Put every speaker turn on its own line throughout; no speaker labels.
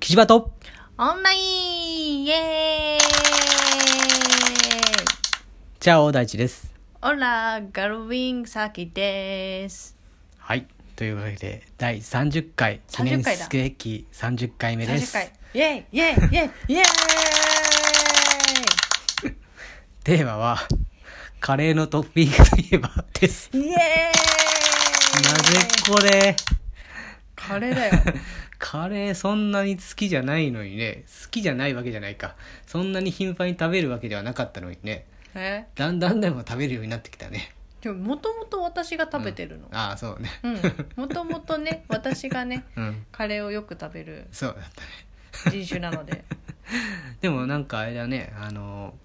藤場と、
オンラインイエーイ
チャオ大地です。
オラガルウィングサキです。
はい。というわけで、第30回、記念
30回だ
すべき30回目です。
30回。イエーイイエーイイエーイイエーイ
テーマは、カレーのトッピングといえばです。
イエーイ
なぜこれ、
カレーだよ。
カレーそんなに好きじゃないのにね、好きじゃないわけじゃないか。そんなに頻繁に食べるわけではなかったのにね、
え
だんだんでも食べるようになってきたね。
でももともと私が食べてるの。
ああ、そうね。
うん。もともとね、私がね、
うん。
カレーをよく食べる
そうだったね。
人種なの で。
でもなんかあれだねあの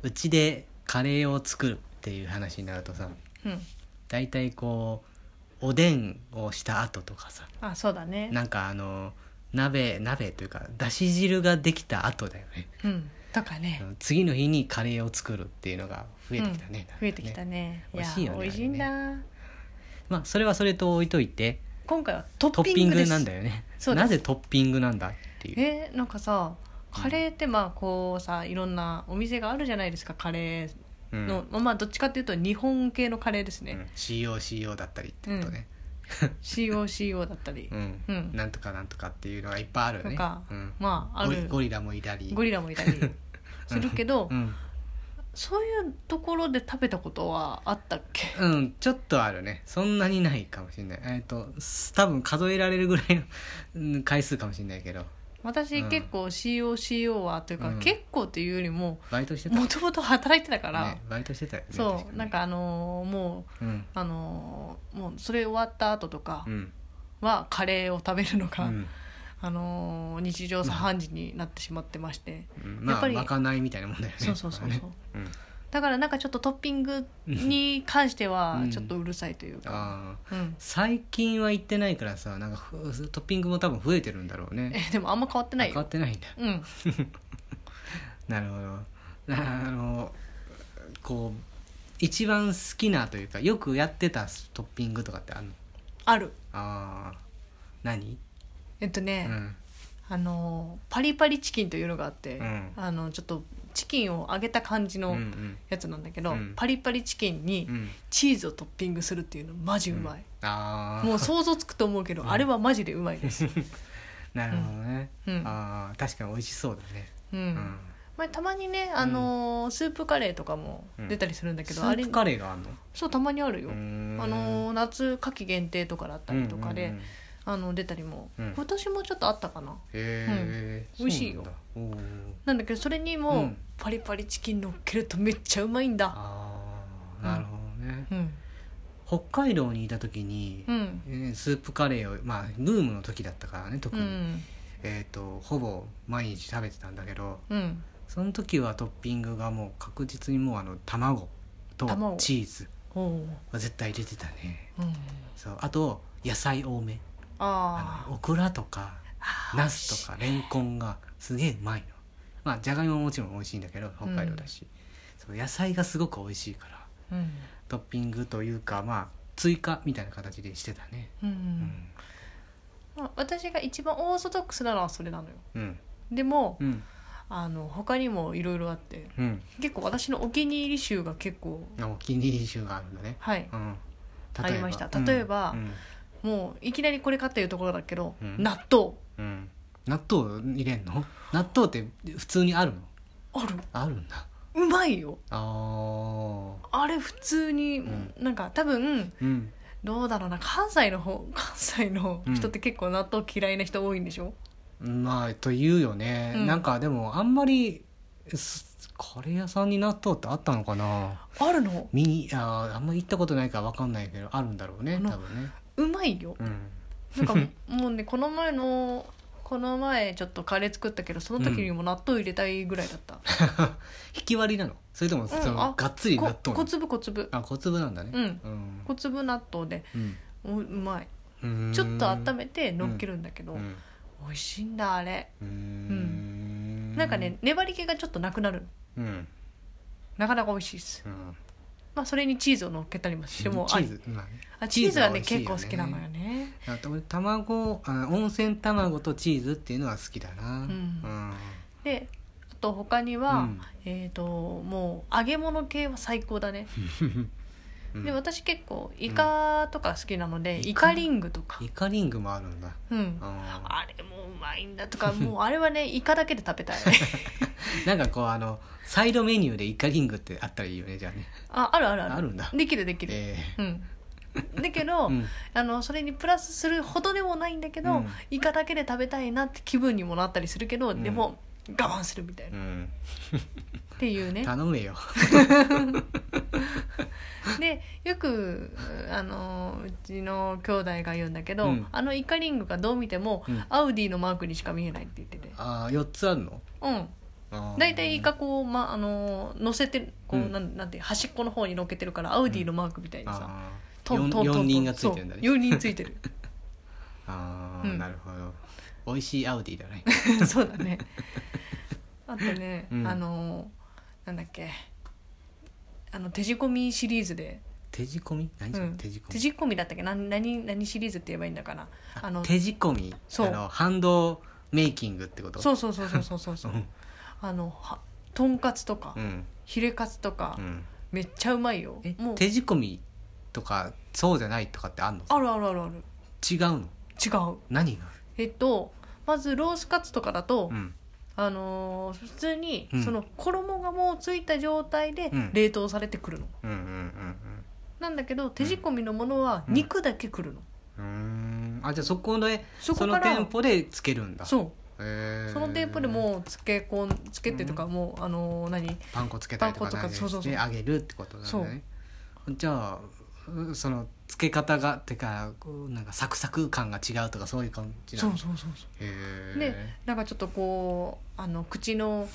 うちでカレーを作るっていう話になるとさ
うん。
大体こうおでんをした後とかさ
あ、そうだね。
なんかあの鍋鍋というかだし汁ができた後だよね
うん。とかね。
次の日にカレーを作るっていうのが増えてきたね,なんかね、
増えてきたね。
美味しいよね
や美味しいん
あ
だ。
まあそれはそれと置いといて
今回はト
ト
ッ
ッ
ピ
ピ
ン
ン
グ
グ
です
なんだよね
そうです
なぜトッピングなんだっていう
えーなんかさカレーってまあこうさいろんなお店があるじゃないですかカレ
う
ー
ん
の、まあまあどっちかっていうと日本系のカレーです
う
ね
ん、COCO だったりってことね、
COCO だったり、
うん
うん
なんとかなんとかっていうのがいっぱいあるよ
と
ね
か、
うん
まああ
ゴリ
る
ゴリラもいたり
ゴリラもいたりするけど、
うん、
そういうところで食べたことはあったっけ
うん、ちょっとあるねそんなにないかもしれないえっ、とす多分数えられるぐらいのうん回数かもしれないけど
私
うん
結構 COCO はというか、
うん
結構というよりも
バイトしてた
もともと働いてたから、
ね、バイトしてたよね
そ
確
う、
ね
なんかあのーもう
うん
あのーもうそれ終わった後とか
うん
はカレーを食べるの
う
が、
ん
あのー日常茶飯事になってしまってまして、
うん
やっ
まあ
ぱり
まかないみたいなもんだよね
そうそうそうそう
うん、あ
だからなんかちょっとトッピングに関しては
うん
ちょっとうるさいというか、
あー
うん
最近は行ってないからさなんかふトッピングも多分増えてるんだろうね
えでもあんま変わってない
変わ
よ
ってないんだ
うん
なるほどなあのこう一番好きなというかよくやってたトッピングとかってあるの
ある
ああ何
えっと
う
ね、
ん
あのーパリパリチキンというのがあって、
うん
あのちょっとチキンを揚げた感じ
うんう
の
ん
やつなんだけど、
うん
パリパリチキンに
うん
チーズをトッピングするっていうのマジうまい、
ああ
もう想像つくと思うけど、あれはマジでうま いです、
なるほどね、
うん
ああ確かに美味しそうだね
うん
うん
まあ、たまにね、あのースープカレーとかも出たりするんだけ
ス
ど、あれ
ープカレーがあるの
そうたまにあるよ、
うーん
あのー夏夏季限定とかだったりとか
う
で、
んうんうんへ
あの出たりも、
うん
今年もちょっとあったかな
え、
うん美味しいよ
そうなんだおー
なんだけどそれに
う
も
ん
パリパリチキン乗っけるとめっちゃうまいんだ
ああなるほどね、
うん
北海道にいた時に、
うん
えースープカレーをまあブームの時だったからね特
う
に、
ん
えっ、とほぼ毎日食べてたんだけど
うん
その時はトッピングがもう確実にもうあの卵と
卵
チーズ
おう
は絶対入れてたね
うん
そうあと野菜多めあ
あ
のオクラとか
あ
ナスとかレンコンがすげえうまいのまあじゃがいもももちろん美味しいんだけど北海道だし、そう野菜がすごく美味しいから
うん
トッピングというかまあ追加みたいな形でしてたね
うん、
うん
まあ私が一番オーソドックスなのはそれなのよ
うん
でも
うん
あの他にもいろいろあって
うん、
結構私のお気に入り集が結構
お気に入り集があるんだね、
はい
うん、
ありました例えば
うん
もういきなりこれ買ったいうところだけど、
うん
納豆
うん納豆入れんの納豆って普通にあるの
ある
あるんだ
うまいよ
あー
あれ普通に、
ん
なんか多分
うん
どうだろうな関西の方関西の人って結構納豆嫌いな人多いんでしょ、
まあというよね、
うん
なんかでもあんまりすカレー屋さんに納豆ってあったのかな
あるの
見にあーあんまり行ったことないから分かんないけどあるんだろうね
あの
多分ね
うまいよ
うん
なんかも うもうねこの前のこの前ちょっとカレー作ったけどその時にも納豆入れたいぐらいだった、
引き割りなのそれと もその、
あ
がっつり納豆なの
こ小粒小粒
あ小粒なんだね
うん
うん
小粒納豆で
うん
おうまい
うん
ちょっと温めて乗っけるんだけど、
うん
美味しいんだあれ
うー
なんかね粘り気がちょっとなくなるの
うん
なかなか美味しいです
うん
まあ、それにチーズを乗っけたりもしても
チーズ、まあね、
ああチーズはね
チーズは美味
結構好
しいよね
きなのよね
あと俺卵あ温泉卵とチーズっていうのは好きだな
うん
うん
であと他には、
うん
えっ、ともう揚げ物系は最高だね、
うん
で私結構イカとか好きなので、
うん
イカリングとか
イカリングもあるんだ
うん
あ
あれもうまいんだ とかもうあれはねイカだけで食べたい
ーなんかこうあのサイドメニューでイカリングってあったらいいよねじゃあね
ああるあるある
あるんだ
できるできる、
え
うんだけど、
ー うん
あのそれにプラスするほどでもないんだけど、
うん
イカだけで食べたいなって気分にもなったりするけど、
ん
でも我慢するみたいな、
うん
っていうね
頼めよ
でよくあのうちの兄弟が言うんだけど、
うん
あのイカリングがどう見ても、
うん
アウディのマークにしか見えないって言ってて
ああ4つあるの
うん
あー
大体イカこう、ま、あの乗せてこう、
うん
なんなんて端っこの方に乗っけてるからアウディのマークみたいにさ、
あ
トン
ー
トントントン
四輪がついてるんだ
そ
ね
う4輪ついてる
ああ
うん
なるほど美味しいアウディだ ね
そうだねあとね、
うん
あのなんだっけあの手仕込みシリーズで、
手仕込み何そうれ
ん
手仕込み
手仕込みだったっけ何何何シリーズって言えばいいんだかなあの
手仕込みあ
そう
のハンドメイキングってこと
そうそうそうそうそうそうそう
うん
あのはとんかつとか、
うん、
ヒレカツとか、
うん、
めっちゃうまいよ
え
もう
手仕込みとかそうじゃないとかってあんの
あるあるあるある
違うの
違う
何が
えっとまずロースカツとかだと、
うん
あのー普通に
うん
その衣がもうついた状態で
うん
冷凍されてくるの、
うんうん
なんだけど手仕込みのものは
うん
肉だけくるの、
うんうんうーんあじゃあそこで
そこ
その
から
店舗でつけるんだ
そう
へー
そのテープでもう漬け込ん漬けてとかもう、あのー何
パン粉つけたりとか
パン粉とか
何々
そうそうそ
し
う
てあげるってことなんだねじゃあうそのつけ方がてかこうなんかサクサク感が違うとかそういう感じな
そう
の
そうそうそ
へ
う
ー
でなんかちょっとこうあの口の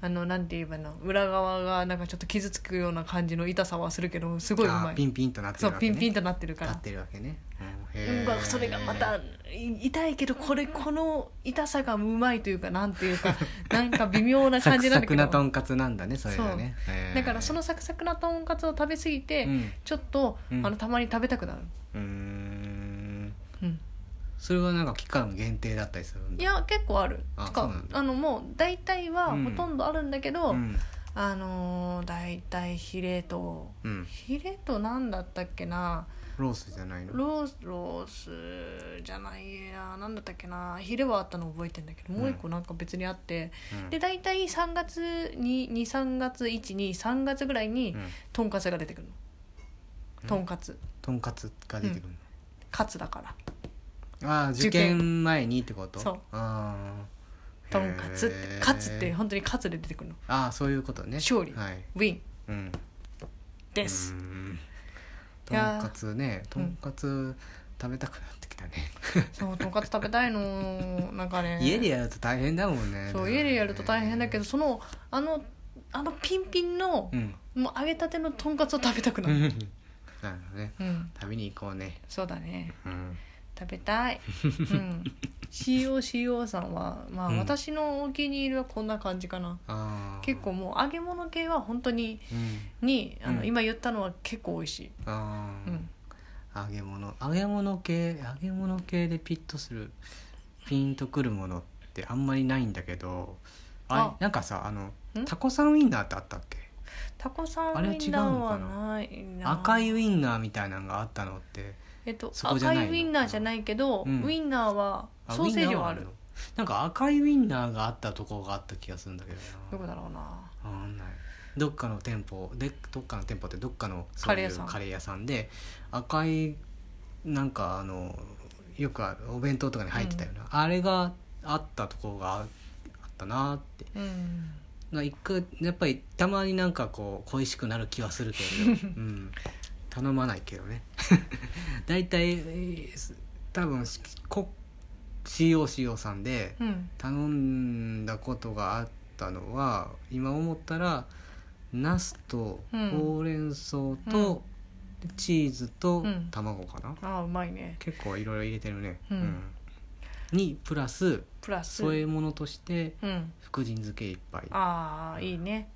あのなんて言えばいいの裏側がなんかちょっと傷つくような感じの痛さはするけどすごいう
あ
ま
ー
い
ピンピンとなってる
そう
わけ、
ピ
ね、
ンピンとなってるか
立っ
ら
てるわけね、うん
うんまあそれがまたい痛いけどこれこの痛さがうまいというかなんていうかなんか微妙な
サ
感
ク
じな
サ
んだ
ク
け
なと
ど
んかつなんだねそれがねへー
だからそのサクサクなとんかつを食べ過ぎて、
うん
ちょっと、
うん
あのたまに食べたくなる、
うーん
うん、
それはなんか期間限定だったりするん
い
だ
や結構ある
あ
つ
そう
か
なんだ
あのもう大体は
うん
ほとんどあるんだけど、
うん
あのー大体ヒレと
うん
ヒレと何だったっけな
ロースじゃないの
ロースロースじゃないや何だったっけなヒレはあったの覚えてんだけどもう一個なんか別にあって、
うん
で大体3月に23月123月ぐらいに
うん
とんかつが出てくるの、
ん
とんかつ
とんかつが出てくるの
カツだから
ああ受
受験
験前にってこと
そう
あー
とんかつって
へー
カツって本当にカツで出てくるの
ああそういうことね
勝利
はい
ウィン
うん
です、
うーんと
いやー
んかつねとんかつ食べたくなってきたね
そうとんかつ食べたいのなんかね
家でやると大変だもんね
そう家でやると大変だけ
ど
どそのあのあのピンピンの
う、ん
もう揚げたてのとんかつを食べたく な
な
る
るほどね
うん
食べに行こうね
そうだね
うん
食べたい、うん、COCO さんはまあ、
うん
私のお気に入りはこんな感じかな
ああ
結構もう揚げ物系は本当に
うん
にあの、
うん
今言ったのは結構美味しい、
あ
う
ー
ん、
揚げ物揚げ物系揚げ物系でピッとするピンとくるものってあんまりないんだけどあれ
あ
なんかさあの
ん
タコさんウインナーってあったっけ
タコさん
あれは
ウ
違
イ
う
ンナー
の
は
かな
ないな
赤いウインナーみたいなのがあったのって
えっと
そこじゃ
赤
ないの
いウインナーじゃないけど、
うん
ウインナーは
あ
ソーセージはあ
ウインナーはある
る
のなんか赤いウインナーがあったとこがあった気がするんだけどな
どこだろうな
あんないどっかの店舗でどっかの店舗ってどっかのそう
カレ
い
ー屋
う
さん
カレー屋さんで赤いなんかあのよくあるお弁当とかに入ってたような、あれがあったとこがあったなって
うん
な一回やっぱりたまになんかこう恋しくなる気はするけれ ど、うん、頼まないけどね 大体えーす多分しこ COCO さんで
うん
頼んだことがあったのは今思ったらナスと
うん
ほうれん草と、チーズと
うん
卵かな、
ああうまいね
結構いろいろ入れてるね、
うん
にプラス
プラス
添え物として
うん
福神漬け一杯
ああいいね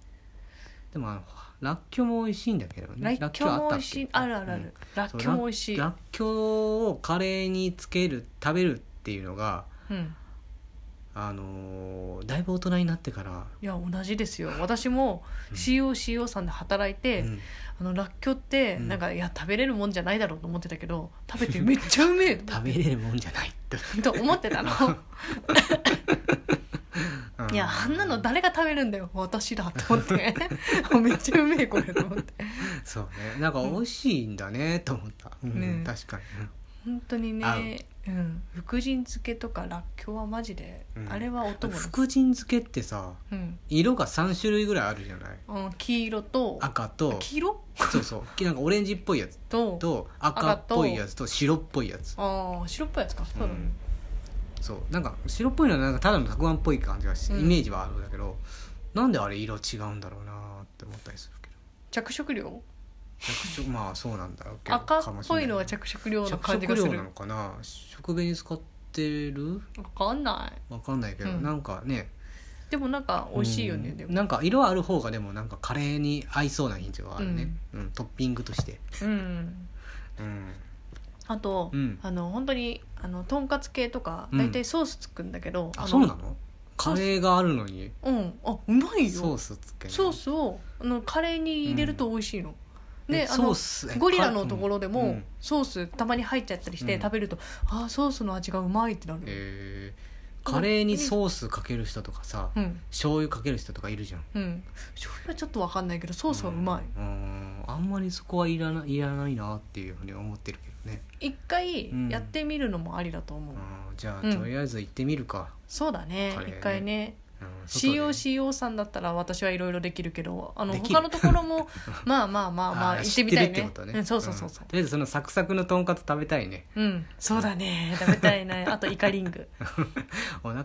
でもあのらっきょうも美味しいんだけど
ら
ね
っきょうも美味しいあるあるある、らっ
そう
きょうも美味しい
らっきょうをカレーにつける食べるっていうのが
うん
あのーだいぶ大人になってから、
いや同じですよ私も COCO さんで働いて、
うん
あのらっきょうって
うん
なんか、いや食べれるもんじゃないだろうと思ってたけど食べてめっちゃうめえ
食べれるもんじゃないって、
と思っ てたの
うん
いやあんなの誰が食べるんだよ私だと思って めっちゃうめえこれと思って
そうねなんか美味しいんだねと思った、うん
ね
確かに、
本当に
合
ねうん福神漬けとからっきょうはマジで、
うん
あれはお
うん
供です
福神漬けってさ
うん、
色が3種類ぐらいあるじゃない
うん、黄色と
赤と
黄色
そうそうきなんかオレンジっぽいやつ
と
と赤っぽいやつと白っぽいやつ
ああ白っぽいやつかそうだね、
うんそうなんか白っぽいのはなんかただのたくあんっぽい感じがし、
うん
イメージはあるんだけどなんであれ色違うんだろうなって思ったりするけ ど
着色料
着色まあそうなんだろうけど
赤っ
かもしれ
ぽ
ない
のは着色料の
着
感じがす
色料な
る
のかな食紅に使ってる
わかんない
わかんないけど、
うん
なんかね
でもなんか美味しいよね、
うん
でも
なんか色ある方がでもなんかカレーに合いそうな印象があるね、うんトッピングとして
うん
うん
あと、
うん
あの本当にあのとんかつ系とか
うん
大体ソースつくんだけど、
あ
の
そうなのカレーがあるのに
うんあうまいよ
ソースつけない
ソースをあのカレーに入れると美味しいの、
え
であ
ソ
の
ースえ
ゴリラのところで
うんう
も
ん
ソースたまに入っちゃったりして
うん
食べると、あーソースの味がうまいってなる、
えーカレーにソースかける人とかさ、
うん
醤油かける人とかいるじゃん
うん醤油はちょっとわかんないけどソースはうまい、
うんあんまりそこはいらないいらないなっていうふうに思ってるけどね、
一回やってみるのもありだと思う、
うん、じゃあ、
うん
とりあえず行ってみるか、
そうだね
カレーね
一回ね
うん外で
COCO さんだったら私はいろいろできるけどあの
できる
他のところ もまあまあまあまあ
ー
行ってみたい
知ってるってこ
ね
とね、
うん、そうそうそうそ
んとりあえずそのサクサクのとんかつ食べたいね
ううんそうだね食べたいねあとイカリング
お腹